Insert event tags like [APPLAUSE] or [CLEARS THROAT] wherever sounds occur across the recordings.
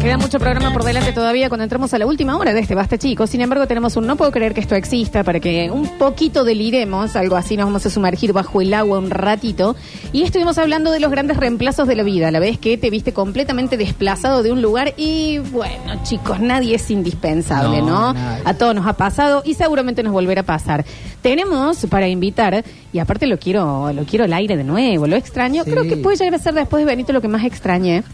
Queda mucho programa por delante todavía cuando entramos a la última hora de este Basta Chicos. Sin embargo, tenemos un No Puedo Creer que esto exista para que un poquito deliremos, algo así, nos vamos a sumergir bajo el agua un ratito. Y estuvimos hablando de los grandes reemplazos de la vida, a la vez que te viste completamente desplazado de un lugar y bueno, chicos, nadie es indispensable, ¿no? No, nadie. A todos nos ha pasado y seguramente nos volverá a pasar. Tenemos para invitar, y aparte lo quiero, lo quiero al aire de nuevo, lo extraño, Sí. creo que puede llegar a ser después de Benito lo que más extrañé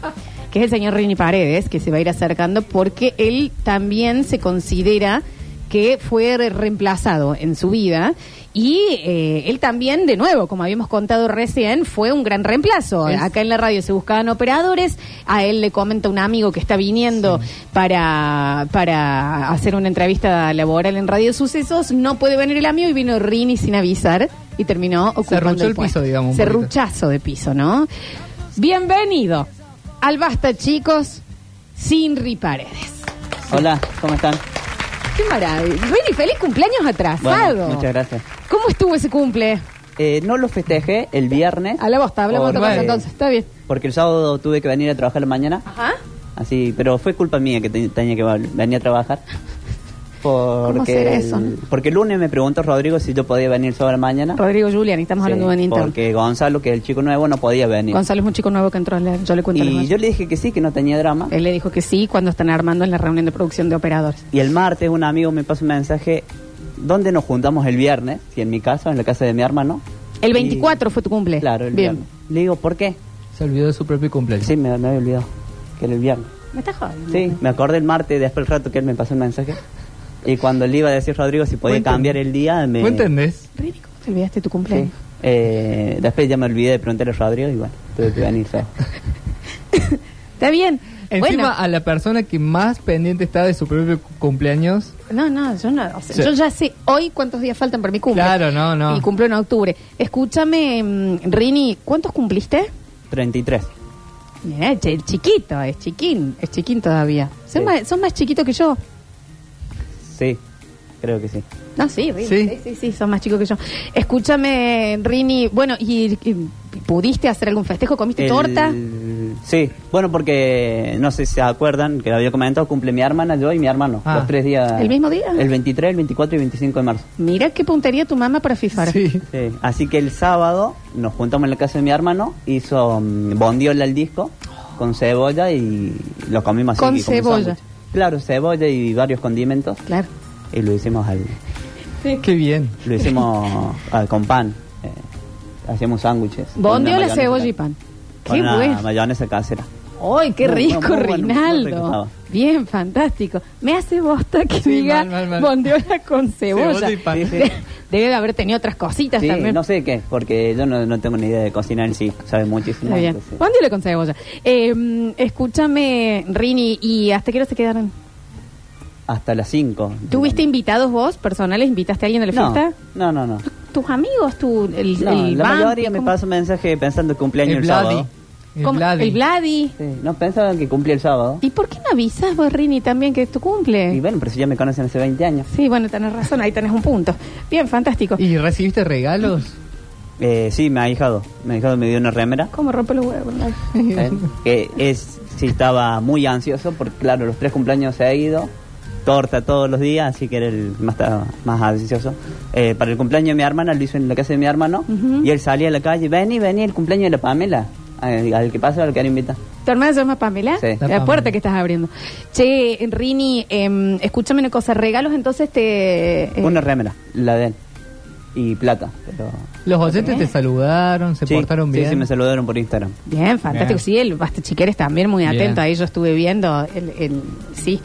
que es el señor Rini Paredes, que se va a ir acercando porque él también se considera que fue re- reemplazado en su vida y eh, él también, de nuevo, como habíamos contado recién, fue un gran reemplazo. Es- Acá en la radio se buscaban operadores, a él le comenta un amigo que está viniendo para, para hacer una entrevista laboral en Radio Sucesos, no puede venir el amigo y vino Rini sin avisar y terminó ocupando ruchó el puesto. piso, digamos, un poquito. Serruchazo de piso, ¿no? Bienvenido al Basta, chicos, Sinri Paredes. Hola, ¿cómo están? Qué maravilla. Rini, feliz cumpleaños atrasado. Bueno, muchas gracias. ¿Cómo estuvo ese cumple? Eh, no lo festejé el viernes A la bosta, hablamos otra Por- cosa bueno. entonces. Está bien. porque el sábado tuve que venir a trabajar la mañana, Ajá. así, pero fue culpa mía que te- tenía que val- venir a trabajar. Porque, [LAUGHS] ¿Cómo será eso? el- porque el lunes me preguntó Rodrigo si yo podía venir sábado a la mañana. Rodrigo Julián, estamos hablando de Sí, un interno. porque Gonzalo, que es el chico nuevo, no podía venir. Gonzalo es un chico nuevo que entró, a la- yo le cuento. a la y madre. yo le dije que sí, que no tenía drama. Él le dijo que sí cuando están armando en la reunión de producción de operadores. Y el martes un amigo me pasó un mensaje, ¿dónde nos juntamos el viernes? Y en mi casa, en la casa de mi hermano. El Y- 24 fue tu cumple. Claro, el bien. viernes. Le digo, ¿por qué? Se olvidó de su propio cumpleaños. Sí, me, me había olvidado que era el viernes. ¿Me estás jodiendo? Sí, me acordé el martes, después del rato que él me pasó el mensaje. Y cuando le iba a decir Rodrigo si podía Cuéntame. cambiar el día, me... ¿Vos entendés? Rini, ¿cómo te olvidaste tu Sí. cumpleaños? Eh, después ya me olvidé de preguntarle a Rodrigo y bueno, tuve que venir yo. Está bien. Encima a la persona que más pendiente está de su propio cu- cumpleaños. No, no, yo no. o sea, Sí. Yo ya sé hoy cuántos días faltan para mi cumple. Claro, no, no. Y cumplo en octubre. Escúchame, mm, Rini, ¿cuántos cumpliste? 33. Mirá, che, el chiquito, es chiquín, es chiquín todavía. Son, Sí. más, son más chiquitos que yo. Sí, creo que sí. No, sí, Rini. Sí, Sí. sí, sí, son más chicos que yo. Escúchame, Rini, bueno, ¿y, y pudiste hacer algún festejo? ¿Comiste El- torta? Sí, bueno, porque no sé si se acuerdan que lo había comentado, cumple mi hermana, yo y mi hermano. Ah. Los tres días. ¿El mismo día? El 23, el 24 y 25 de marzo. Mira qué puntería tu mamá para fifar. Sí. Sí, así que el sábado nos juntamos en la casa de mi hermano, hizo mm, bondiola al disco con cebolla y lo comimos así. Con como un cebolla. sándwich. Claro, cebolla y varios condimentos Claro. y lo hicimos al- Qué bien. [LAUGHS] lo hicimos al- con pan. eh, hacíamos sándwiches. con una Bondiola, mayonesa cebolla y casera. pan. Con Qué una bueno. mayonesa casera. ¡Ay, qué Muy, rico, muy bueno, muy rico Rinaldo! estaba. Bien, fantástico. Me hace bosta que Sí, diga mal, mal, mal. bondiola [LAUGHS] con cebolla. Cebolla y pan. Sí, sí. De- Debe de haber tenido otras cositas Sí, también. no sé qué, porque yo no, no tengo ni idea de cocinar, él sí, sabe muchísimo. Está bien. entonces- Bondiola con cebolla. Eh, escúchame, Rini, ¿y hasta qué hora se quedaron? Hasta las 5. ¿Tuviste invitados vos, personales? ¿Invitaste a alguien a la fiesta? No, no, no. no. ¿Tus amigos? ¿Tu, el, No, el la vampi, mayoría me cómo- pasa un mensaje pensando en cumpleaños el, sábado. El cómo- Vladi. El Vladi. Sí, no pensaban que cumplía el sábado. ¿Y por qué no avisas vos, Rini, también que es tu Y cumple? bueno, pero si ya me conocen hace 20 años. Sí, bueno, tenés razón, ahí tenés un punto. Bien, fantástico. ¿Y recibiste regalos? Eh, sí, me ha ahijado. Me ha ahijado, me dio una remera. ¿Cómo rompe los huevos? no? eh, que es, sí, estaba muy ansioso porque, claro, los tres cumpleaños se ha ido. Torta todos los días, así que era el más, estaba más ansioso. Eh, para el cumpleaños de mi hermana, lo hizo en la casa de mi hermano. Ujú. Y él salía a la calle, vení, vení, el cumpleaños de la Pamela. Al, al que pasa, al que la invita. ¿Tu hermana se llama Pamela? Sí. La, La Pamela. puerta que estás abriendo. Che, Rini, em, escúchame una cosa. Regalos, entonces te. eh, Una remera, la de él. Y plata, pero... ¿Los oyentes te saludaron? ¿Se Sí, portaron sí, bien? sí, me saludaron por Instagram. Bien, fantástico. Bien. Sí, el Basta Chiqueres también muy Bien. atento. Ahí yo estuve viendo. El, el- sí.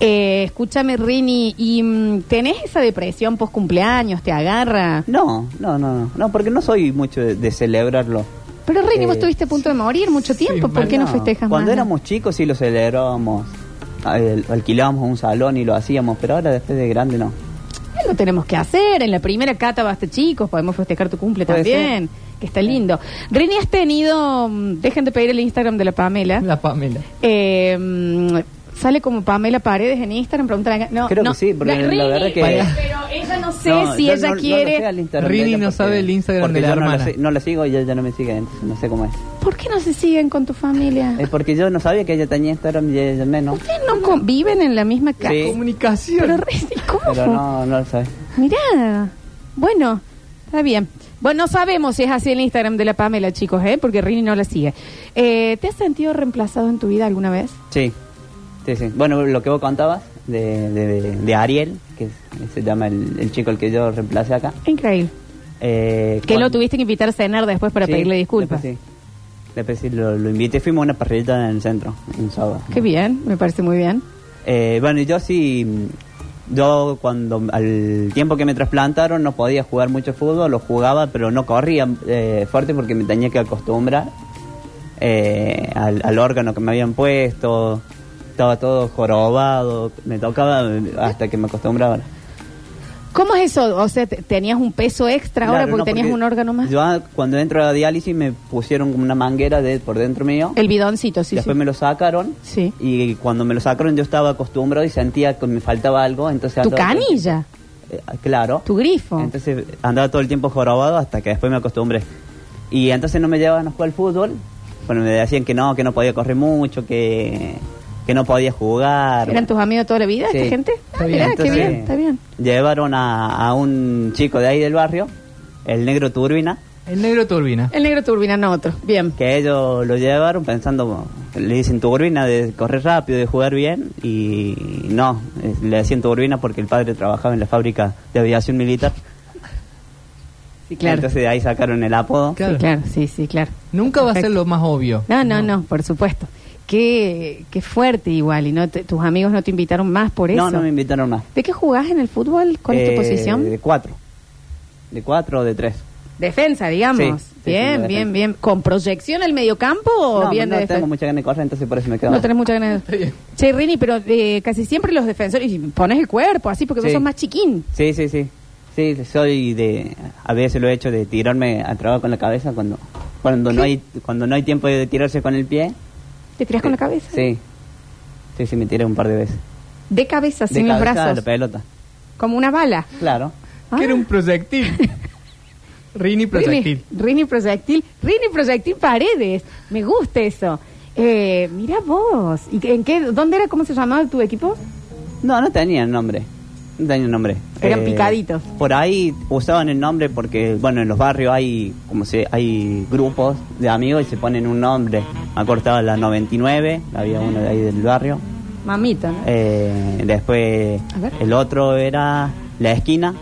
Eh, escúchame, Rini, ¿y mm, tenés esa depresión post cumpleaños? ¿Te agarra? No, no, no, no, no, porque no soy mucho de, de celebrarlo. Pero Rini, Eh, vos estuviste a punto de morir mucho tiempo. ¿Por mal, qué no, festejas Cuando más? éramos chicos sí lo celebrábamos, al- alquilábamos un salón y lo hacíamos, pero ahora después de grande no. Eh, Lo tenemos que hacer. En la primera cata basta, chicos. Podemos festejar tu cumple Puede también. Que está lindo. Rini, has tenido. mm, Dejen de pedir el Instagram de la Pamela. La Pamela. Eh, mm, Sale como Pamela Paredes en Instagram, preguntan No, Creo que no, sí, porque no, la Rini, verdad que- Pero ella no sé No, si yo ella no- no lo quiere. sé al Instagram Rini de ella no porque- sabe el Instagram porque de la yo no hermana. sé- No la sigo y ella no me sigue, entonces no sé cómo es. ¿Por qué no se siguen con tu familia? Es porque yo no sabía que ella tenía Instagram y ella menos. ¿Ustedes no conviven en la misma casa? Sí. Comunicación. Pero, Rini, ¿cómo? Pero no, no lo sabe. Mirá. Bueno, está bien. Bueno, no sabemos si es así el Instagram de la Pamela, chicos, ¿eh? Porque Rini no la sigue. Eh, ¿Te has sentido reemplazado en tu vida alguna vez? Sí. sí, sí. Bueno, lo que vos contabas de, de- de Ariel, que es- se llama el, el chico el que yo reemplacé acá. Increíble. eh, Que lo cuando- tuviste que invitar a cenar después para Sí, pedirle disculpas. después sí. Después sí lo, lo invité, fuimos a una parrillita en el centro, un sábado. Qué bien, me parece muy bien. Eh, bueno, y yo sí, yo cuando al tiempo que me trasplantaron no podía jugar mucho fútbol, lo jugaba, pero no corría eh, fuerte porque me tenía que acostumbrar eh, al, al órgano que me habían puesto, estaba todo jorobado, me tocaba hasta que me acostumbraba. ¿Cómo es eso? O sea, te- tenías un peso extra ahora Claro, porque no, tenías un órgano más. Yo ah, cuando entro a la diálisis me pusieron una manguera de, por dentro mío. El bidoncito, sí, Después sí. me lo sacaron. Sí. Y cuando me lo sacaron yo estaba acostumbrado y sentía que me faltaba algo. Entonces Tu andaba- canilla, Eh, claro. tu grifo. Entonces andaba todo el tiempo jorobado hasta que después me acostumbré. Y entonces no me llevaban a jugar al fútbol. Bueno, me decían que no, que no podía correr mucho, que, que no podía jugar. ¿Eran tus amigos toda la vida Sí. esta gente? Está Ah, bien, mirá, qué Entonces, bien, está bien. Llevaron a, a un chico de ahí del barrio, el negro Turbina, El negro turbina. El negro turbina, no otro. Bien. que ellos lo llevaron pensando, le dicen Turbina de correr rápido, de jugar bien, y no, eh, le decían Turbina porque el padre trabajaba en la fábrica de aviación militar. Sí, claro. Entonces de ahí sacaron el apodo. Sí, claro, sí, sí, claro. Nunca va a ser Perfecto. lo más obvio. No, no, no, por supuesto. Qué, qué fuerte igual. Y no te- tus amigos no te invitaron más por eso. No, no me invitaron más. ¿De qué jugás en el fútbol? ¿Cuál es Eh, tu posición? De cuatro. De cuatro o de tres. Defensa, digamos. Sí, sí, sí, bien, bien, de defensa. bien. ¿Con proyección al mediocampo o no, Oh, bien no de tengo defensa? mucha ganas de correr, entonces por eso me quedo. No tenés mucha ganas de... bien. Che, Rini, pero eh, casi siempre los defensores y pones el cuerpo así porque vos Sí. sos más chiquín. Sí, sí, sí. Sí, soy de... A veces lo he hecho de tirarme a trabajo con la cabeza cuando cuando no hay cuando no hay tiempo de tirarse con el pie. ¿Te tirás con la cabeza? Sí. Sí, sí, me tiré un par de veces. De cabeza, de sin los cabeza a la brazos. pelota. Como una bala. Claro. Ah. Que era un [LAUGHS] proyectil. Rini Rini, proyectil. Rini Proyectil. Rini Proyectil Paredes. Me gusta eso. Eh, mira vos. ¿Y en qué, dónde era, cómo se llamaba tu equipo? No, no tenían nombre. No tenían nombre. Eh, Eran picaditos. Por ahí usaban el nombre porque, bueno, en los barrios hay como se hay grupos de amigos y se ponen un nombre. Me acuerdo estaba la 99, había uno de ahí del barrio. Mamita, ¿no? Eh, después A ver. el otro era La Esquina,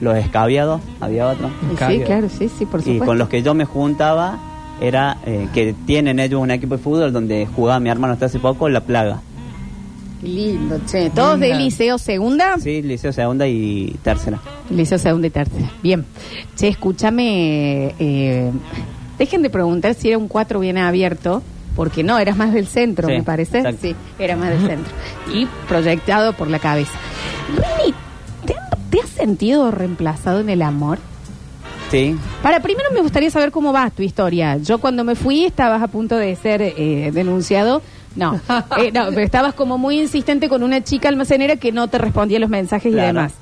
Los Escabiados, había otro. Y sí, cambio. claro, sí, sí, por Y supuesto. con los que yo me juntaba era eh, que tienen ellos un equipo de fútbol donde jugaba mi hermano hasta hace poco, La Plaga. Qué Lindo, che. Todos Linda. de liceo segunda. Sí, Liceo Segunda y Tercera. Liceo segunda y tercera. Bien. Che, escúchame. eh, dejen de preguntar si era un 4 bien abierto, porque no, eras más del centro, Sí, me parece. exacto. Sí, era más del centro. Y proyectado por la cabeza. Rini, ¿te, te has sentido reemplazado en el amor? Sí, Para primero me gustaría saber cómo va tu historia. Yo cuando me fui estabas a punto de ser eh, denunciado. [LAUGHS] No, Eh, no, pero estabas como muy insistente con una chica almacenera que no te respondía los mensajes y Claro. Mm, demás.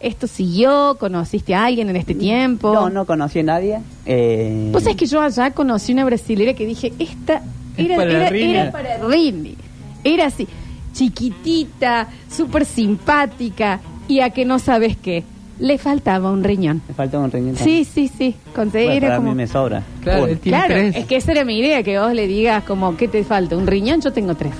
¿Esto siguió? ¿Conociste a alguien en este tiempo? No, no conocí a nadie. Eh, Vos sabés que yo allá conocí una brasilera que dije, esta Es era para era- Rini. era para Rini. Era así, chiquitita, súper simpática y a que no sabes qué, le faltaba un riñón. Me falta un riñón. Sí, sí, sí. Conse- Bueno, era para como... mí me sobra. Claro, Uno. el tiene Claro, tres. es que esa era mi idea, que vos le digas como, ¿qué te falta? Un riñón, yo tengo tres.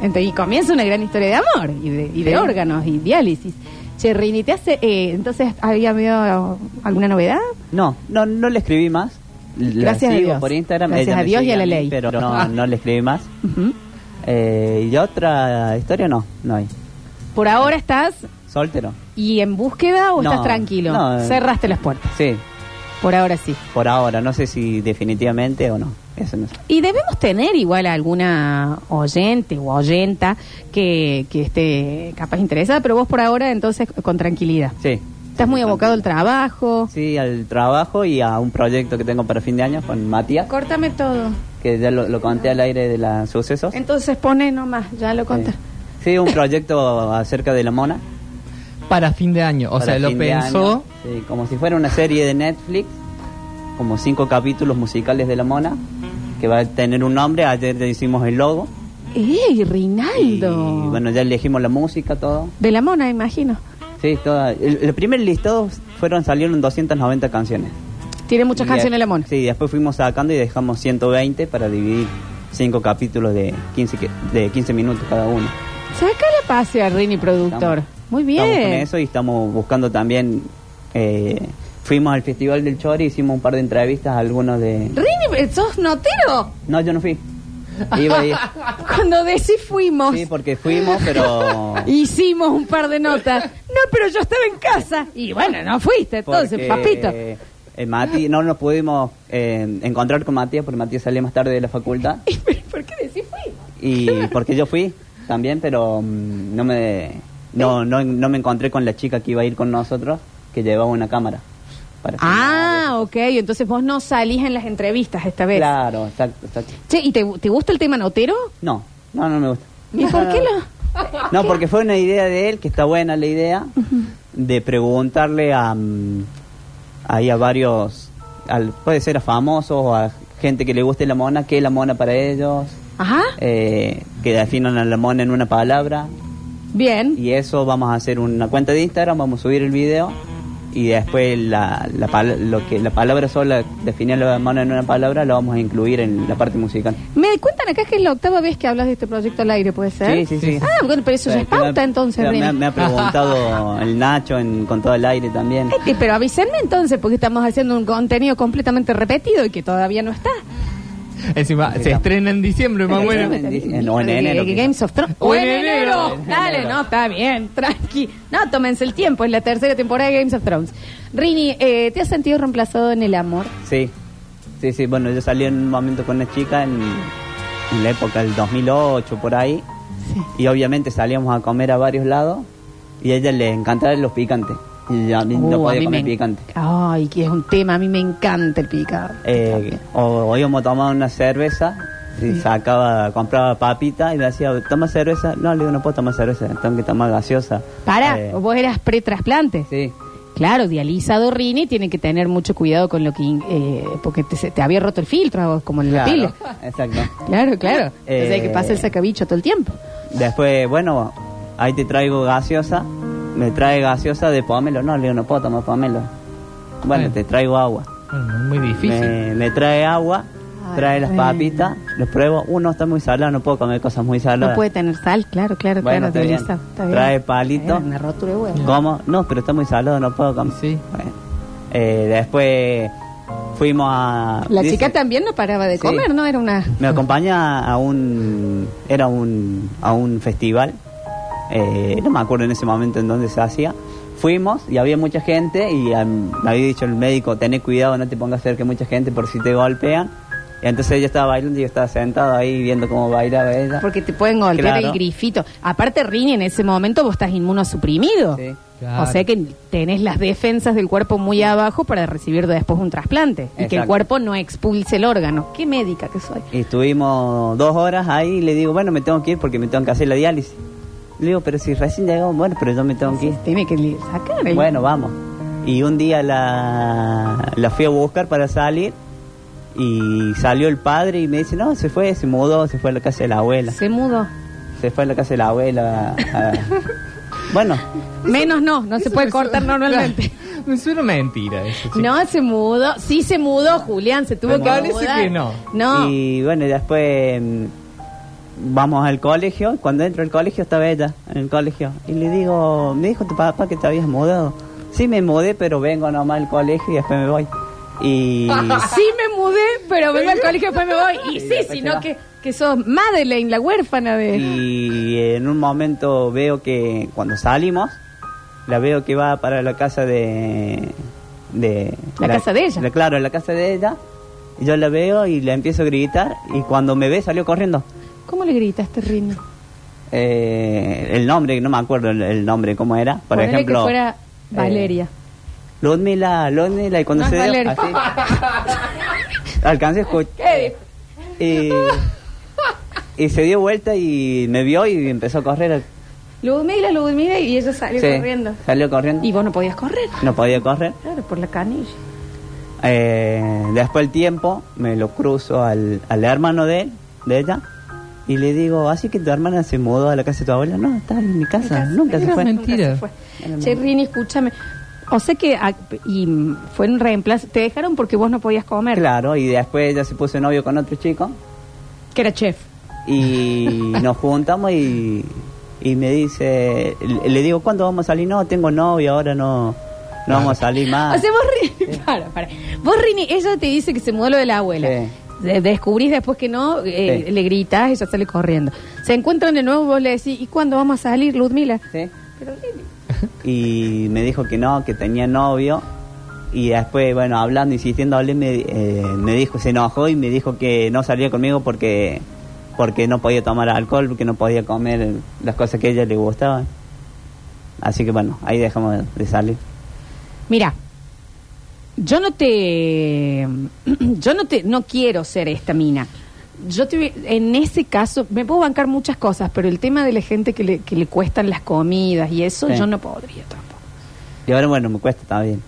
Entonces, y comienza una gran historia de amor y de, y de Sí. órganos y diálisis. Che, Rini, ¿te hace, eh, entonces, ¿había habido alguna novedad? No, no, no le escribí más. La Gracias a sigo Dios. por Instagram. Gracias ella a me Dios sigue y a la mí, ley. Pero Ah. no, no le escribí más. Ujú. Eh, y otra historia no, no hay. Por ahora estás Soltero. y en búsqueda o No, Oh, estás tranquilo. no, eh. Cerraste las puertas. Sí, Por ahora sí. por ahora. No sé si definitivamente o no. Eso no sé. Y debemos tener igual alguna oyente o oyenta que, que esté capaz interesada, pero vos por ahora entonces con tranquilidad. Sí. Estás muy abocado al trabajo. Sí, al trabajo y a un proyecto que tengo para fin de año con Matías, Córtame todo. que ya lo, lo conté al aire de los sucesos. Entonces pone nomás, ya lo conté. Sí, un proyecto [LAUGHS] acerca de la mona. Para fin de año. O para sea, lo fin de pensó. año. Sí, como si fuera una serie de Netflix, como cinco capítulos musicales de la mona, que va a tener un nombre. Ayer ya hicimos el logo. ¡Ey, Y Rinaldo! bueno, ya elegimos la música, todo. De la mona, imagino. Sí, toda. El, el primer listado fueron salieron 290 canciones. Tiene muchas Y canciones de- la mona. Sí, después fuimos sacando y dejamos 120 para dividir cinco capítulos de 15, que- de 15 minutos cada uno. Sácale pase a Rini, productor. Estamos- Muy Estamos con bien. eso y estamos buscando también. eh, fuimos al Festival del Chori, hicimos un par de entrevistas a algunos de. Rini, eh, ¿sos notero? No, yo no fui. [LAUGHS] Iba a ir. Cuando decís fuimos, Sí, porque fuimos, [LAUGHS] pero. hicimos un par de notas. No, pero yo estaba en casa. Y bueno, no fuiste, entonces, porque, papito. [LAUGHS] eh, Mati, no nos pudimos eh, encontrar con Matías porque Matías salía más tarde de la facultad. ¿Y ¿Por qué decís fuimos? y porque yo fui también pero mm, no me no, no, no me encontré con la chica que iba a ir con nosotros que llevaba una cámara para Ah, ok. Entonces vos no salís en las entrevistas esta filmar. vez. claro exacto, exacto. Che, ¿y te, te gusta el tema notero? no no no me gusta ¿Y por qué lo...? no [LAUGHS] porque fue una idea de él que está buena la idea de preguntarle a mm, ahí a varios al- puede ser a famosos o a gente que le guste la mona qué es la mona para ellos Ajá, eh, que definan a la mona en una palabra bien. Y eso vamos a hacer una cuenta de Instagram, vamos a subir el video y después la, la, pal- lo que, la palabra sola, definir la mano en una palabra, la vamos a incluir en la parte musical. Me cuentan acá que es la octava vez que hablas de este proyecto al aire, ¿puede ser? Sí, sí, sí. Ah, bueno, pero eso ya es Pero pauta entonces, pero me, ha- Rini. me ha [LAUGHS] preguntado el Nacho en- con todo el aire también. Ay, te- Eh, Pero avísenme entonces, porque estamos haciendo un contenido completamente repetido y que todavía no está. Encima, se estrena en diciembre, más Sí, bueno. sí. en- o en Eh, enero, Games quizás. of Thrones. O en enero. enero. Dale, no, está bien, [LAUGHS] tranqui. No, tómense el tiempo, es la tercera temporada de Games of Thrones. Rini, eh, ¿te has sentido reemplazado en el amor? Sí, sí, sí. Bueno, yo salí en un momento con una chica en, en la época del 2008, por ahí. Y obviamente salíamos a comer a varios lados y a ella le encantaban los picantes. Y yo a mí no Uh, a podía mí comer me en- picante. Ay, que es un tema, a mí me encanta el picado. Eh, o, o íbamos a tomar una cerveza y sacaba, compraba papita y me decía, toma cerveza. No, le digo, no puedo tomar cerveza, tengo que tomar gaseosa. Pará, Eh, vos eras pre-trasplante. sí, Claro, dializado Rini, tiene que tener mucho cuidado con lo que. eh, porque te, se- te había roto el filtro a vos, como en la claro, pila. exacto. Claro, claro. Entonces hay que Eh, pasar el sacabicho todo el tiempo. Después, bueno, ahí te traigo gaseosa, me trae gaseosa de pomelo. No, le digo, no puedo tomar pomelo. Bueno, Bueno. te traigo agua. Bueno, muy difícil. Me, me trae agua, Ay, trae las bueno. papitas, los pruebo. Uno está muy salado, no puedo comer cosas muy saladas. No puede tener sal, claro, claro, Ah, Bueno, claro. está bien. dializado. Está Trae palito. Está bien, Una rotura de huevo. ¿Cómo? No, pero está muy salado, no puedo comer. Sí. Bueno. Eh, después fuimos a... La dice- chica también no paraba de Sí. comer, ¿no? Era una. Me acompaña a un... Era un, a un festival. Eh, no me acuerdo en ese momento en dónde se hacía. Fuimos y había mucha gente y am, me había dicho el médico, tené cuidado, no te pongas cerca de mucha gente por si te golpean. Y entonces ella estaba bailando y yo estaba sentado ahí viendo cómo bailaba ella. Porque te pueden golpear Claro. el grifito. Aparte, Rini, en ese momento vos estás inmunosuprimido. Sí. O sea que tenés las defensas del cuerpo muy abajo para recibir de después un trasplante y que el Exacto. cuerpo no expulse el órgano. Qué médica que soy. Y estuvimos dos horas ahí y le digo, bueno, me tengo que ir porque me tengo que hacer la diálisis. Le digo, pero si recién llegamos, bueno, pero yo me tengo que ir. Tiene que li- sacar el... Bueno, vamos. Y un día la, la fui a buscar para salir y salió el padre y me dice, no, se fue, se mudó, se fue a la casa de la abuela. se mudó. Se fue a la casa de la abuela. a- bueno, Menos no, no se Eso puede me suena- cortar [LAUGHS] normalmente. Me suena mentira eso. chico. No, se mudó. Sí se mudó, Julián, se tuvo Me que parece mudar. que no. No. y bueno, y después mm, vamos al colegio. Cuando entro al colegio estaba ella en el colegio. Y le digo, me dijo tu papá que te habías mudado. Sí, me mudé, pero vengo nomás al colegio y después me voy. [LAUGHS] Y Sí me mudé, pero vengo al colegio después me voy. Y Y sí, después te sino vas. que, que sos Madeleine, la huérfana de... Y en un momento veo que cuando salimos, la veo que va para la casa de... de La casa de ella. la- claro, la casa de ella. Y Yo la veo y la empiezo a gritar y cuando me ve salió corriendo. ¿Cómo le gritaste, Rini? Eh, el nombre, no me acuerdo el, el nombre, cómo era. Por Ponele que ejemplo... eh, fuera Valeria. Ludmila, Ludmila, y cuando No se es dio- Valeria. así, alcancé a escuchar. [LAUGHS] ¿Qué Y, y se dio vuelta y me vio y empezó a correr. Ludmila, Ludmila, y ella salió Sí, corriendo. Salió corriendo. Y vos no podías correr. No podía correr. Claro, por la canilla. Eh, después del tiempo me lo cruzo al, al hermano de él, de ella y le digo, así que tu hermana se mudó a la casa de tu abuela. No, está en mi casa, nunca se Era fue. mentira. Che, Rini, escúchame. O sea que ah, y mm, fue un reemplazo. Te dejaron porque vos no podías comer. Claro, y después ella se puso novio con otro chico Que era chef. y nos juntamos y, y me dice, le, le digo, ¿cuándo vamos a salir? No, tengo novio, ahora no, no vamos a salir [LAUGHS] más. O sea, vos, Rini, claro, para. Vos, Rini, ella te dice que se mudó lo de la abuela. De- descubrís después que no, eh, Sí. le gritás, ella sale corriendo. Se encuentran de nuevo, vos le decís, ¿y cuándo vamos a salir, Ludmila? Sí. Pero Rini, y me dijo que no, que tenía novio. Y después, bueno, hablando, insistiendo, hablé, me, eh, me dijo, se enojó y me dijo que no salía conmigo porque porque no podía tomar alcohol, porque no podía comer las cosas que a ella le gustaban. Así que bueno, ahí dejamos de- de salir. Mira, yo no te. [CLEARS THROAT] Yo no te. No quiero ser esta mina. Yo te, hubie- en ese caso, me puedo bancar muchas cosas, pero el tema de la gente que le, que le cuestan las comidas y eso, Sí. yo no podría tampoco. Y ahora, bueno, me cuesta también.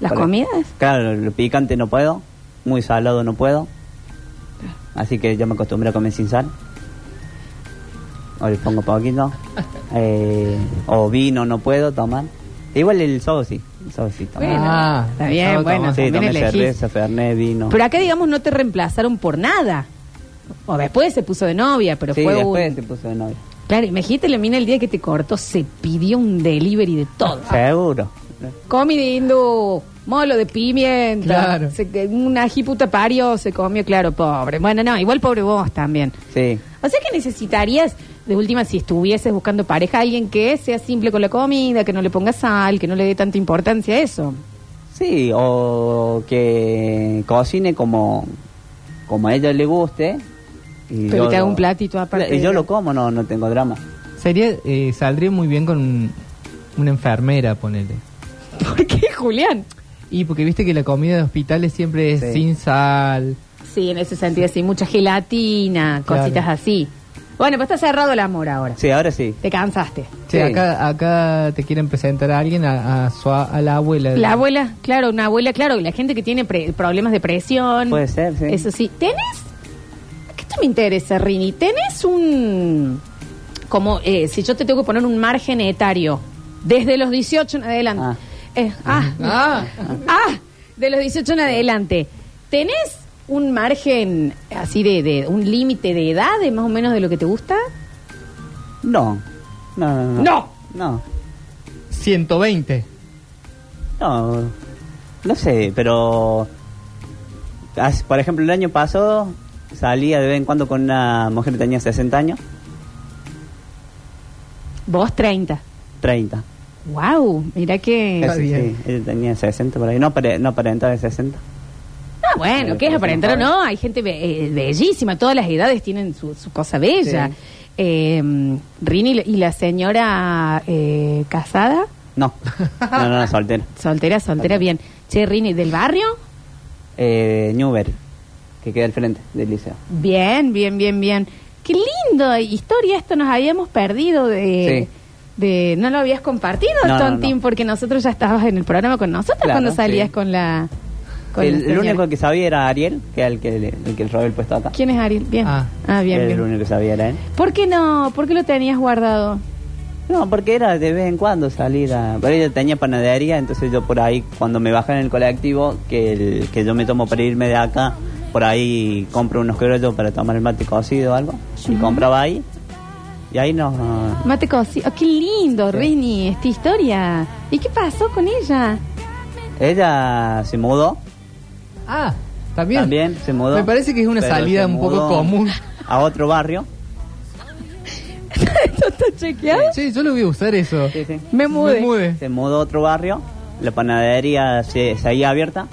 ¿Las Por- comidas? Claro, lo picante no puedo, muy salado no puedo. Así que yo me acostumbré a comer sin sal. O le [LAUGHS] pongo poquito. Eh, o vino no puedo tomar. Igual el sobo sí. El sobo sí tomo. Bueno, Ah, está bien, estaba bueno, tomando. sí, también tomé elegís. cerveza, fernet, vino. Pero acá, digamos, no te reemplazaron por nada. O después se puso de novia, pero sí, fue después un. se puso de novio. Claro, imagínate la mina el día que te cortó, se pidió un delivery de todo. Seguro. Comida hindú, molo de pimienta, Claro. se, que- un ají puta pario se comió, claro, pobre. Bueno, no, igual pobre vos también. Sí. O sea que necesitarías, de última, si estuvieses buscando pareja, alguien que sea simple con la comida, que no le ponga sal, que no le dé tanta importancia a eso. [LAUGHS] Sí, o que cocine como, como a ella le guste. Y Pero yo te haga lo- un platito aparte Y yo de- lo como, no, no tengo drama. Sería, eh, saldría muy bien con una enfermera, ponele. ¿Por qué, Julián? Y porque viste que la comida de hospitales siempre es Sí. sin sal. Sí, en ese sentido, sí, mucha gelatina, Claro. cositas así. Bueno, pues está cerrado el amor ahora. Sí, ahora sí. Te cansaste. Che, Sí. acá, acá te quieren presentar a alguien, a, a su a, a la Eh. abuela. La abuela, claro, una abuela, claro, la gente que tiene pre- problemas de presión. Puede ser, sí. Eso sí. ¿Tenés? ¿Qué te me interesa, Rini? ¿Tenés un. Como, eh, si yo te tengo que poner un margen etario, desde los 18 en adelante. Ah. Eh, ah, Ah, ah, de los 18 en adelante. ¿Tenés un margen así de. de un límite de edades más o menos de lo que te gusta? No. No, no, no. ¡No! No, 120. no. No sé, pero... as- Por ejemplo, el año pasado salía de vez en cuando con una mujer que tenía 60 años, Vos 30. 30. ¡Wow! Mirá que. Está Eso bien. Sí, ella tenía 60 por ahí. No, para, no para entrar en 60. Ah, bueno, ¿qué es aparentar o no? Hay gente be- eh, bellísima, todas las edades tienen su, su cosa bella. Sí. Eh, Rini y la- y la señora eh, casada, No, no, no, no, soltera. soltera, soltera, bien. Che, Rini, ¿del barrio? Eh, Newbery, que queda al frente del liceo. Bien, bien, bien, bien. Qué lindo eh, historia, esto nos habíamos perdido de... de- no lo habías compartido, No, no, Tontín, no. porque nosotros ya estabas en el programa con nosotros Claro, cuando salías sí. con la... con la el, el señora. único que sabía era Ariel, que era el que, le- el que le robé el puesto acá. ¿Quién es Ariel? Bien. Ah, Ah. bien, el bien. único que sabía era él. ¿Por qué no? ¿Por qué lo tenías guardado? No, porque era de vez en cuando salir a... Pero ella tenía panadería, entonces yo por ahí, cuando me bajan en el colectivo, que, el- que yo me tomo para irme de acá, por ahí compro unos criollos para tomar el mate cocido o algo, y compraba ahí, y ahí nos... Mate cocido. Oh, qué lindo, Sí. Rini, esta historia. ¿Y qué pasó con ella? [LAUGHS] Ella se mudó, Ah, también. también se mudó. Me parece que es una pero salida se un poco mudó común. A otro barrio. ¿Esto está chequeado? Sí, yo lo voy a usar eso. Sí, sí. Me mudé. Me mudé. Se mudó a otro barrio, la panadería se, seguía abierta,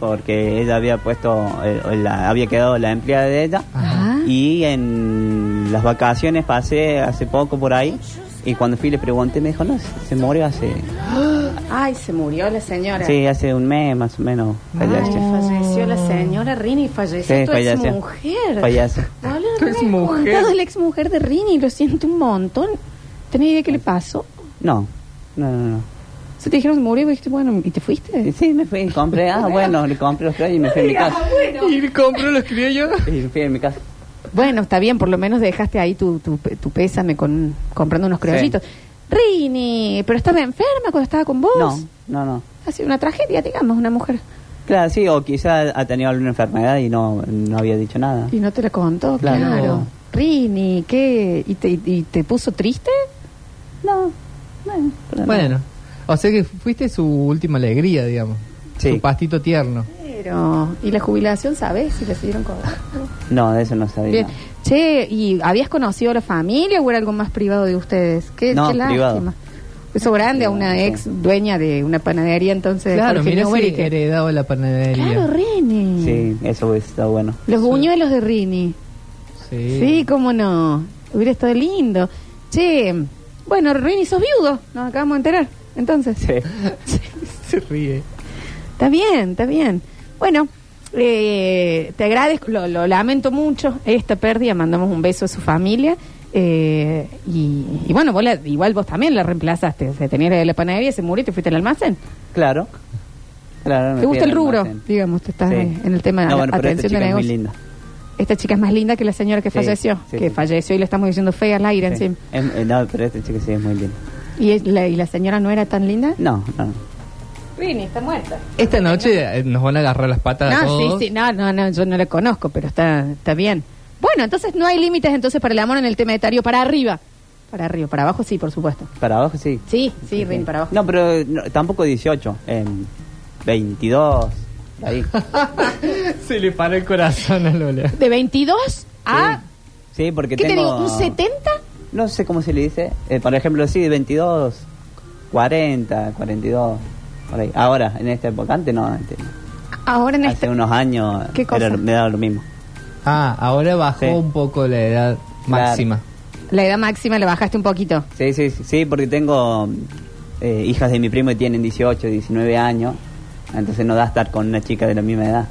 porque ella había puesto, eh, la- había quedado la empleada de ella. Ah. Y en las vacaciones pasé hace poco por ahí y cuando fui le pregunté me dijo, no, se se murió hace, Ah. Ay, se murió la señora. sí, hace un mes más o menos. Ay, Falleció. falleció la señora Rini, falleció Sí, tu falleció. ex mujer. Falleció. Tu exmujer. la ex mujer de Rini, lo siento un montón. ¿Tenés idea qué le pasó? No, no, no, no. Se te dijeron que murió y dijiste, bueno, ¿y te fuiste? Sí, me fui, [LAUGHS] compré, ah, bueno, le compré los tres y me fui a mi Ah, casa. Y compro los criollos. Y me fui a mi casa. Bueno, está bien, por lo menos dejaste ahí tu, tu, pe- tu pésame con, comprando unos criollitos. Rini, pero estaba enferma cuando estaba con vos. No, no, no. Ha sido una tragedia, digamos, una mujer. Claro, sí, o quizá ha tenido alguna enfermedad y no, no había dicho nada. Y no te la contó, claro. Claro. Rini, ¿qué? ¿Y te, y te puso triste? No, bueno. pero no. Bueno, o sea que fuiste su última alegría, digamos. Sí. Su pastito tierno. Pero, ¿y la jubilación sabes si la siguieron cobrar? No, de eso no sabía. Bien. Che, ¿y habías conocido a la familia o era algo más privado de ustedes? Qué, No, qué privado. lástima. Eso grande a una Privado, ex dueña de una panadería, entonces. Claro, Jorge mira Neuber, y si que- heredado la panadería. Claro, Rini. Sí, eso hubiese estado bueno. [LAUGHS] Los buñuelos de Rini. Sí. [LAUGHS] cómo no. Hubiera estado lindo. Che, bueno, Rini, sos viudo. Nos acabamos de enterar. Entonces. Sí. Se ríe. Está bien, está bien. Bueno, eh, te agradezco, lo, lo lamento mucho esta pérdida, mandamos un beso a su familia. eh, y, y bueno, vos la- igual vos también la reemplazaste. O sea, tenías la panadería, se murió y te fuiste al almacén. Claro. Claro, me ¿Te fui gusta al el rubro? almacén. Digamos, te estás Sí. eh, en el tema No, bueno, pero esta atención de chica es muy negocios. linda. Esta chica es más linda que la señora que Sí, falleció, sí, que sí. falleció y le estamos diciendo fea al aire Sí. encima. Es- eh, no, pero esta chica sí es muy linda. ¿Y, es- la, ¿Y la señora no era tan linda? No, no. Rini, está muerta. Esta noche eh, nos van a agarrar las patas a No, todos. sí, sí, no, no, no, yo no la conozco, pero está, está bien. Bueno, entonces no hay límites entonces para el amor en el tema etario para arriba. Para arriba, para abajo sí, por supuesto. Para abajo sí. Sí, sí, Rin, para abajo. No, pero eh, no, tampoco 18. em, 22. [LAUGHS] Ahí. [LAUGHS] Se le paró el corazón a Lola. De 22 a... Sí, sí, porque ¿Qué te tengo... digo? ¿Un 70? No sé cómo se le dice. Eh, por ejemplo, sí, 22, 40, 42. Por ahí. Ahora, en esta época, antes no. antes no. Ahora en Hace este... unos años ¿Qué cosa? era- me daba lo mismo. Ah, ahora bajó Sí. un poco la edad máxima. La edad máxima la bajaste un poquito. Sí, sí, sí, sí, porque tengo eh, hijas de mi primo que tienen 18, 19 años. Entonces no da estar con una chica de la misma edad.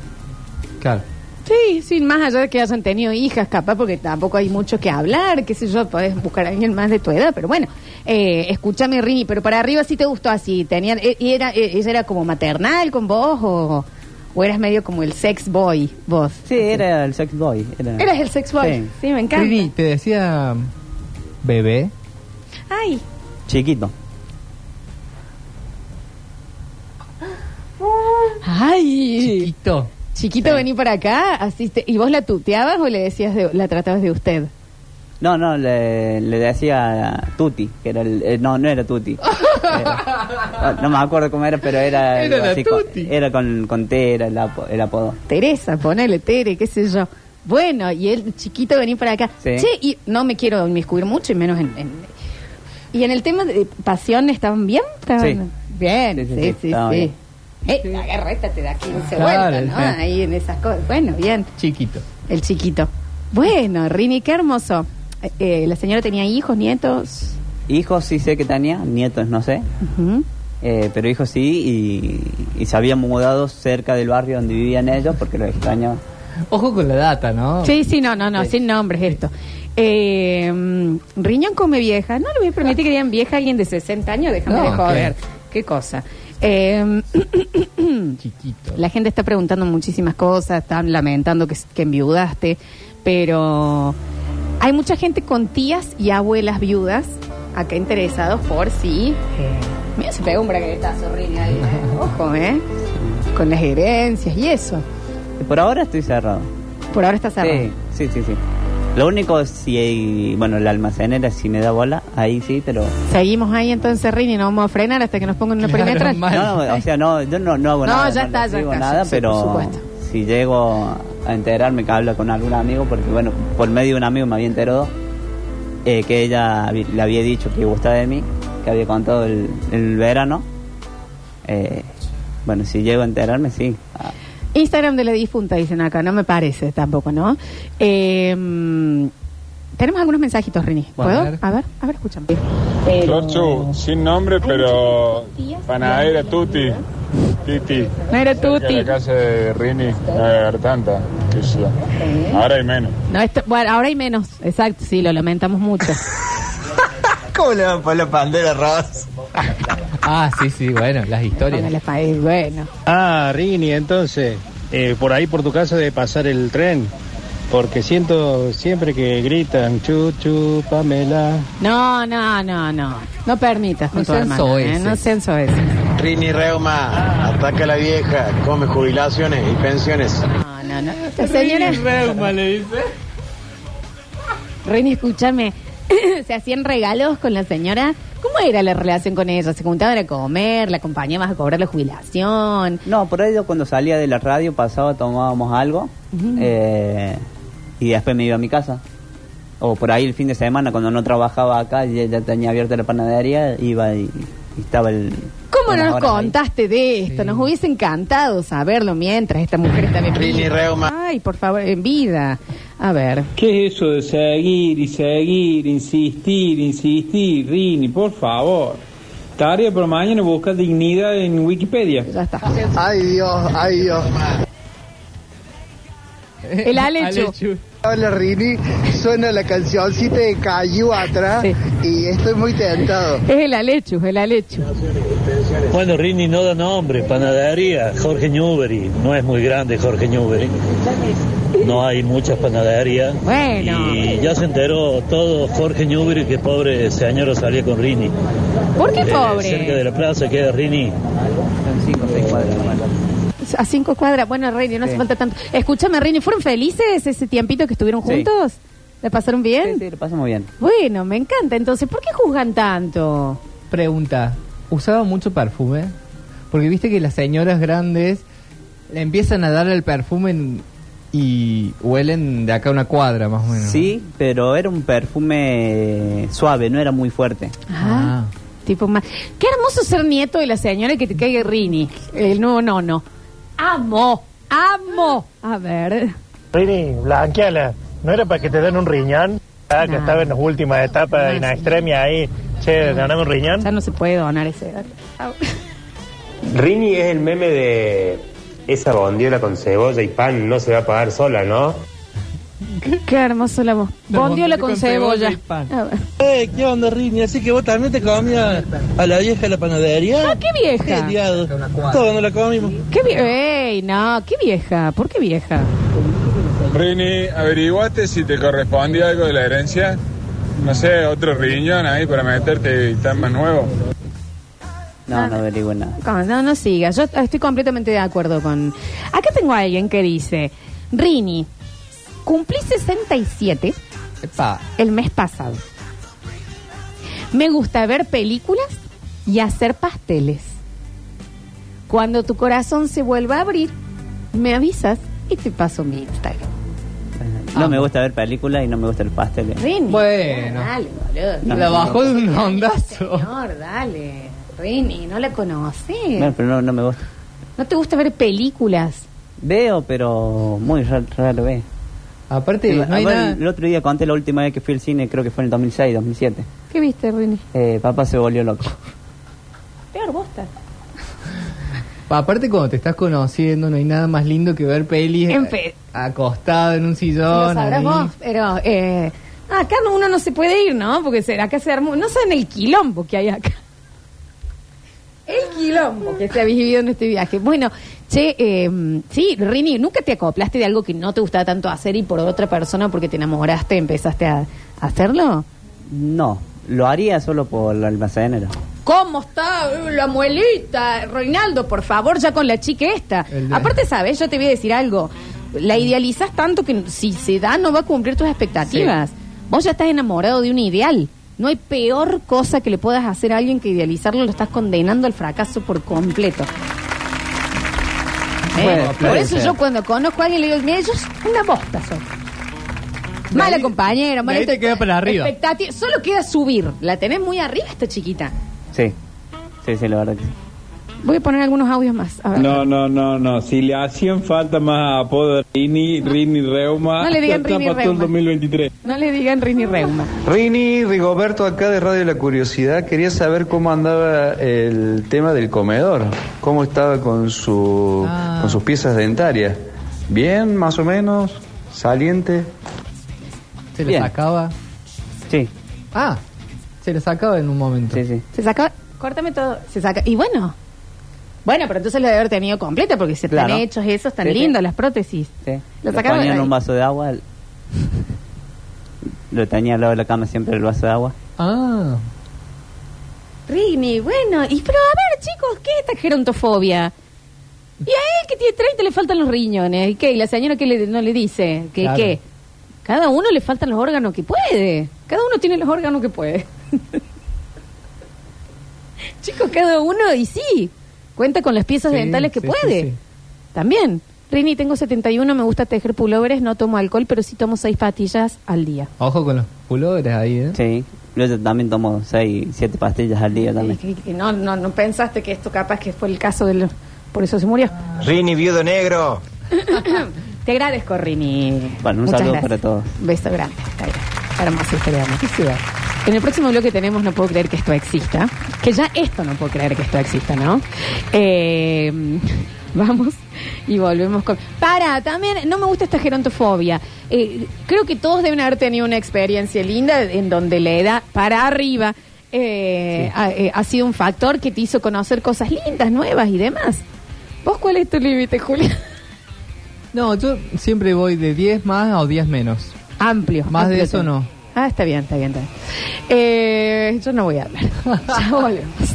Claro. Sí, sí, más allá de que hayan tenido hijas, capaz, porque tampoco hay mucho que hablar, qué sé yo, podés buscar a alguien más de tu edad, pero bueno, eh, escúchame, Rini, pero para arriba sí te gustó así, tenían, eh, y era, eh, ella era como maternal con vos, o, o eras medio como el sex boy, vos. Sí, era el sex boy. Era... Eras el sex boy, sí, Sí. me encanta. Rini, te decía mm, bebé. Ay, Chiquito. ay, Chiquito. chiquito, vení para acá, así, te- y vos la tuteabas o le decías, de- la tratabas de usted. No, no, le, le decía Tuti, que era el, eh, no, no [LAUGHS] era Tuti. Era- no me acuerdo cómo era, pero era Era algo la con- Tuti. era con, con T, era el, apo- el apodo. Teresa, ponele Tere, qué sé yo. Bueno, y el chiquito venir para acá. Sí. Che, y no me quiero inmiscuir mucho y menos en... en- y en el tema de pasión, ¿estaban bien? ¿Estaban Sí. Bien, sí, sí, sí. estaban bien. Eh, agarreta te da 15 Claro, vueltas, ¿no? sí. Ahí en esas cosas. Bueno, bien, Chiquito. el chiquito. Bueno, Rini, qué hermoso. Eh, eh, la señora tenía hijos, nietos. Hijos sí sé que tenía, nietos no sé, Ujú. eh, pero hijos sí, y, y se habían mudado cerca del barrio donde vivían ellos porque los extrañaba. Ojo con la data, ¿no? Sí, sí, no, no, no, sin nombres esto. Eh, mm, riñón come vieja. No le voy a permitir que digan vieja a alguien de 60 años, déjame No, de joder. ok. Qué cosa. Eh, [CLEARS THROAT] Chiquito. la gente está preguntando muchísimas cosas, están lamentando que, que enviudaste, pero hay mucha gente con tías y abuelas viudas acá interesados por si... eh, mira, se pega un braguetazo, Rini, ahí, eh. Ojo, ¿eh? Con las herencias y eso. Por ahora estoy cerrado. Por ahora está cerrado. Sí, sí, sí, sí. Lo único, si hay, bueno, la almacenera si me da bola, ahí sí, pero... Seguimos ahí entonces, Rini, no vamos a frenar hasta que nos pongan una Claro, [LAUGHS] perimetral. ma- No, no, o sea, no, yo no, no hago No, nada. ya está, les ya digo está, nada, sí, sí, por pero supuesto. si llego a enterarme que habla con algún amigo, porque bueno, por medio de un amigo me había enterado eh, que ella habi- le había dicho que gustaba de mí, que había contado el, el verano. Eh, bueno, si llego a enterarme, sí. Ah, Instagram de la difunta, dicen acá, no me parece tampoco, ¿no? Eh, tenemos algunos mensajitos, Rini. ¿Puedo? Bueno, A a ver. ver, a ver, escúchame. Eh, Chorchu, sin nombre, pero panadera Tuti. Titi. No era Cerca de Tuti. La casa de Rini, no debe haber tanta. qué sé yo. Ahora hay menos. [LAUGHS] No, esto- bueno, ahora hay menos, exacto, sí, lo lamentamos mucho. ¿Cómo le van por la pandera, Ross? Ah, sí, sí, bueno, las historias. Póngale pa- eh, Bueno. Ah, Rini, entonces, eh, por ahí por tu casa debe pasar el tren, porque siento siempre que gritan, chu, chu, Pamela. No, no, no, no. No permitas con No tu sean hermano. ¿eh? soeces. No sean soeces. Rini Reuma, ataca a la vieja, come jubilaciones y pensiones. No, no, no. Esta señora. le dice. Reni, escúchame. [CLEARS THROAT] ¿Se hacían regalos con la señora? ¿Cómo era la relación con ella? ¿Se juntaban a comer? ¿La acompañabas a cobrar la jubilación? No, por ahí yo cuando salía de la radio pasaba, tomábamos algo eh, y después me iba a mi casa. O por ahí el fin de semana, cuando no trabajaba acá, ya, ya tenía abierta la panadería, iba y, y estaba el... ¿Cómo no unas nos horas ahí. contaste de esto? Sí. Nos hubiese encantado saberlo mientras esta mujer está en Rini vida. Reuma. Ay, por favor, en vida. A ver. ¿Qué es eso de seguir y seguir, insistir, insistir, Rini, por favor? Tarea por mañana busca dignidad en Wikipedia. Ya está. Ay, Dios, ay, Dios. El Alechu. Hola Rini, suena la cancioncita de Cayu atrás Sí. y estoy muy tentado. Es el Alechu, el Alechu. Bueno, Rini no da nombre, panadería, Jorge Newbery, no es muy grande Jorge Newbery, no hay muchas panaderías. Bueno. Y ya se enteró todo Jorge Newbery que pobre señora salía con Rini. ¿Por qué Eh, cerca de pobre? la plaza queda Rini. Son cinco o seis cuadras nomás. A cinco cuadras. Bueno, Reini, no hace Sí. falta tanto. Escúchame, Reini, ¿fueron felices ese tiempito que estuvieron Sí. juntos? ¿La pasaron bien? Sí, sí, lo pasamos bien. Bueno, me encanta. Entonces, ¿por qué juzgan tanto? Pregunta, ¿usaba mucho perfume? Porque viste que las señoras grandes le empiezan a dar el perfume en- y huelen de acá a una cuadra más o menos. Sí, pero era un perfume suave, no era muy fuerte. Ah, Ah. tipo más. Qué hermoso ser nieto de la señora que te caiga Rini. El nuevo nono. Amo, amo. A ver. Rini, blanqueala, ¿no era para que te den un riñón? Ah, que No. estaba en las últimas etapas, en la extremia ahí, che, ganame un riñón. Ya no se puede donar ese dato. Rini es el meme de esa bondiola con cebolla y pan no se va a pagar sola, ¿no? Qué hermoso la voz. La Bondiola bondiola con, con cebolla. cebolla y pan. A ver. Eh, ¿qué onda Rini? Así que vos también te comías a la vieja de la panadería. Ah, qué vieja. liado. Todos no la comimos. Qué vieja. Ey, no, qué vieja. ¿Por qué vieja? Rini, averiguate si te correspondía algo de la herencia. No sé, otro riñón ahí para meterte y estar más nuevo. Ah. No, no averigué nada. No, no, no sigas. Yo estoy completamente de acuerdo con. Acá tengo a alguien que dice: Rini, cumplí 67. Epa. el mes pasado. Me gusta ver películas y hacer pasteles. Cuando tu corazón se vuelva a abrir, me avisas y te paso mi Instagram. Ah. No me gusta ver películas y no me gusta el pastel. Rini. Bueno. Dale, boludo. No, La no, bajó de un [LAUGHS] ondazo. Señor, dale. Rini, no la No, conoces. pero no, no me gusta. ¿No te gusta ver películas? Veo, pero muy ra- raro ve. Aparte, no hay Igual, nada. El otro día conté la última vez que fui al cine, creo que fue en el 2006, 2007. ¿Qué viste, Rini? Eh, papá se volvió loco. Peor bosta. Aparte, cuando te estás conociendo, no hay nada más lindo que ver pelis En eh, fe- acostado en un Lo sillón. sabrás ahí. vos, pero eh, acá no- uno no se puede ir, ¿no? Porque se- acá se armó, no saben el quilombo que hay acá. El quilombo que se ha vivido en este viaje. Bueno, che, eh, sí, Rini, nunca te acoplaste de algo que no te gustaba tanto hacer y por otra persona porque te enamoraste empezaste a, a hacerlo. No, lo haría solo por el almacenero. ¿Cómo está eh, la muelita? Reinaldo, por favor, ya con la chica esta. El de- Aparte, ¿sabes? Yo te voy a decir algo. La idealizás tanto que si se da no va a cumplir tus expectativas. Vos ya estás enamorado de un ideal. No hay peor cosa que le puedas hacer a alguien que idealizarlo, lo estás condenando al fracaso por completo. ¿Eh? Bueno, por puede eso ser. yo cuando conozco a alguien le digo, mira, yo soy una bosta soy. Mala ahí- compañera, de mala ahí te expect- queda para arriba. expectati- Solo queda subir. La tenés muy arriba esta chiquita. Sí, sí, sí, la verdad que sí. Voy a poner algunos audios más. A ver. No, no, no, no. Si le hacían falta más apodo Rini, Rini Reuma, No le digan ya está Rini para todo el Reuma. 2023. No le digan Rini Reuma. Rini, Rigoberto acá de Radio La Curiosidad, quería saber cómo andaba el tema del comedor, cómo estaba con, su, Ah. con sus piezas dentarias. Bien, más o menos, saliente. Se lo Bien. sacaba. Sí, Ah, Se lo sacaba en un momento. Sí, sí. Se saca, córtame todo, se saca. Y bueno, bueno, pero entonces lo debe haber tenido completa porque se Claro. están hechos esos tan Sí, sí. lindos, las prótesis. Sí. Lo Lo, sacaron ponía en ahí. un vaso de agua. el- Lo tenía al lado de la cama siempre el vaso de agua. Ah, Rini, bueno, y pero a ver, chicos, ¿qué es esta gerontofobia? Y a él que tiene 30 le faltan los riñones. ¿Y qué? ¿Y la señora qué le, no le dice? ¿Qué, Claro. ¿Qué? Cada uno le faltan los órganos que puede. Cada uno tiene los órganos que puede. [LAUGHS] chicos, cada uno, y sí, cuenta con las piezas Sí, dentales que sí, sí, puede. sí. También. Rini, tengo 71, me gusta tejer pulóveres, no tomo alcohol, pero sí tomo seis patillas al día. ojo con los pulores ahí, ¿eh? Sí. Yo ya también tomo 6, 7 pastillas al día también. Y- y- y no, no, no pensaste que esto capaz que fue el caso del... Por eso se murió. Rini, viudo negro. Te agradezco, Rini. Bueno, un Muchas saludo gracias. para todos. Beso grande. Está bien. Hermosa historia de amor. Qué ciudad. En el próximo bloque tenemos No puedo creer que esto exista. Que ya esto no puedo creer que esto exista, ¿no? Eh, vamos y volvemos con... Para, también no me gusta esta gerontofobia. Eh, creo que todos deben haber tenido una experiencia linda en donde la edad para arriba eh, ha, eh, ha sido un factor que te hizo conocer cosas lindas, nuevas y demás. ¿Vos cuál es tu límite, Julia? No, yo siempre voy de 10 más o 10 menos. Amplio. Más de amplio eso tema. no. Ah, está bien, está bien, está bien. Eh, yo no voy a hablar. [LAUGHS] Ya volvemos.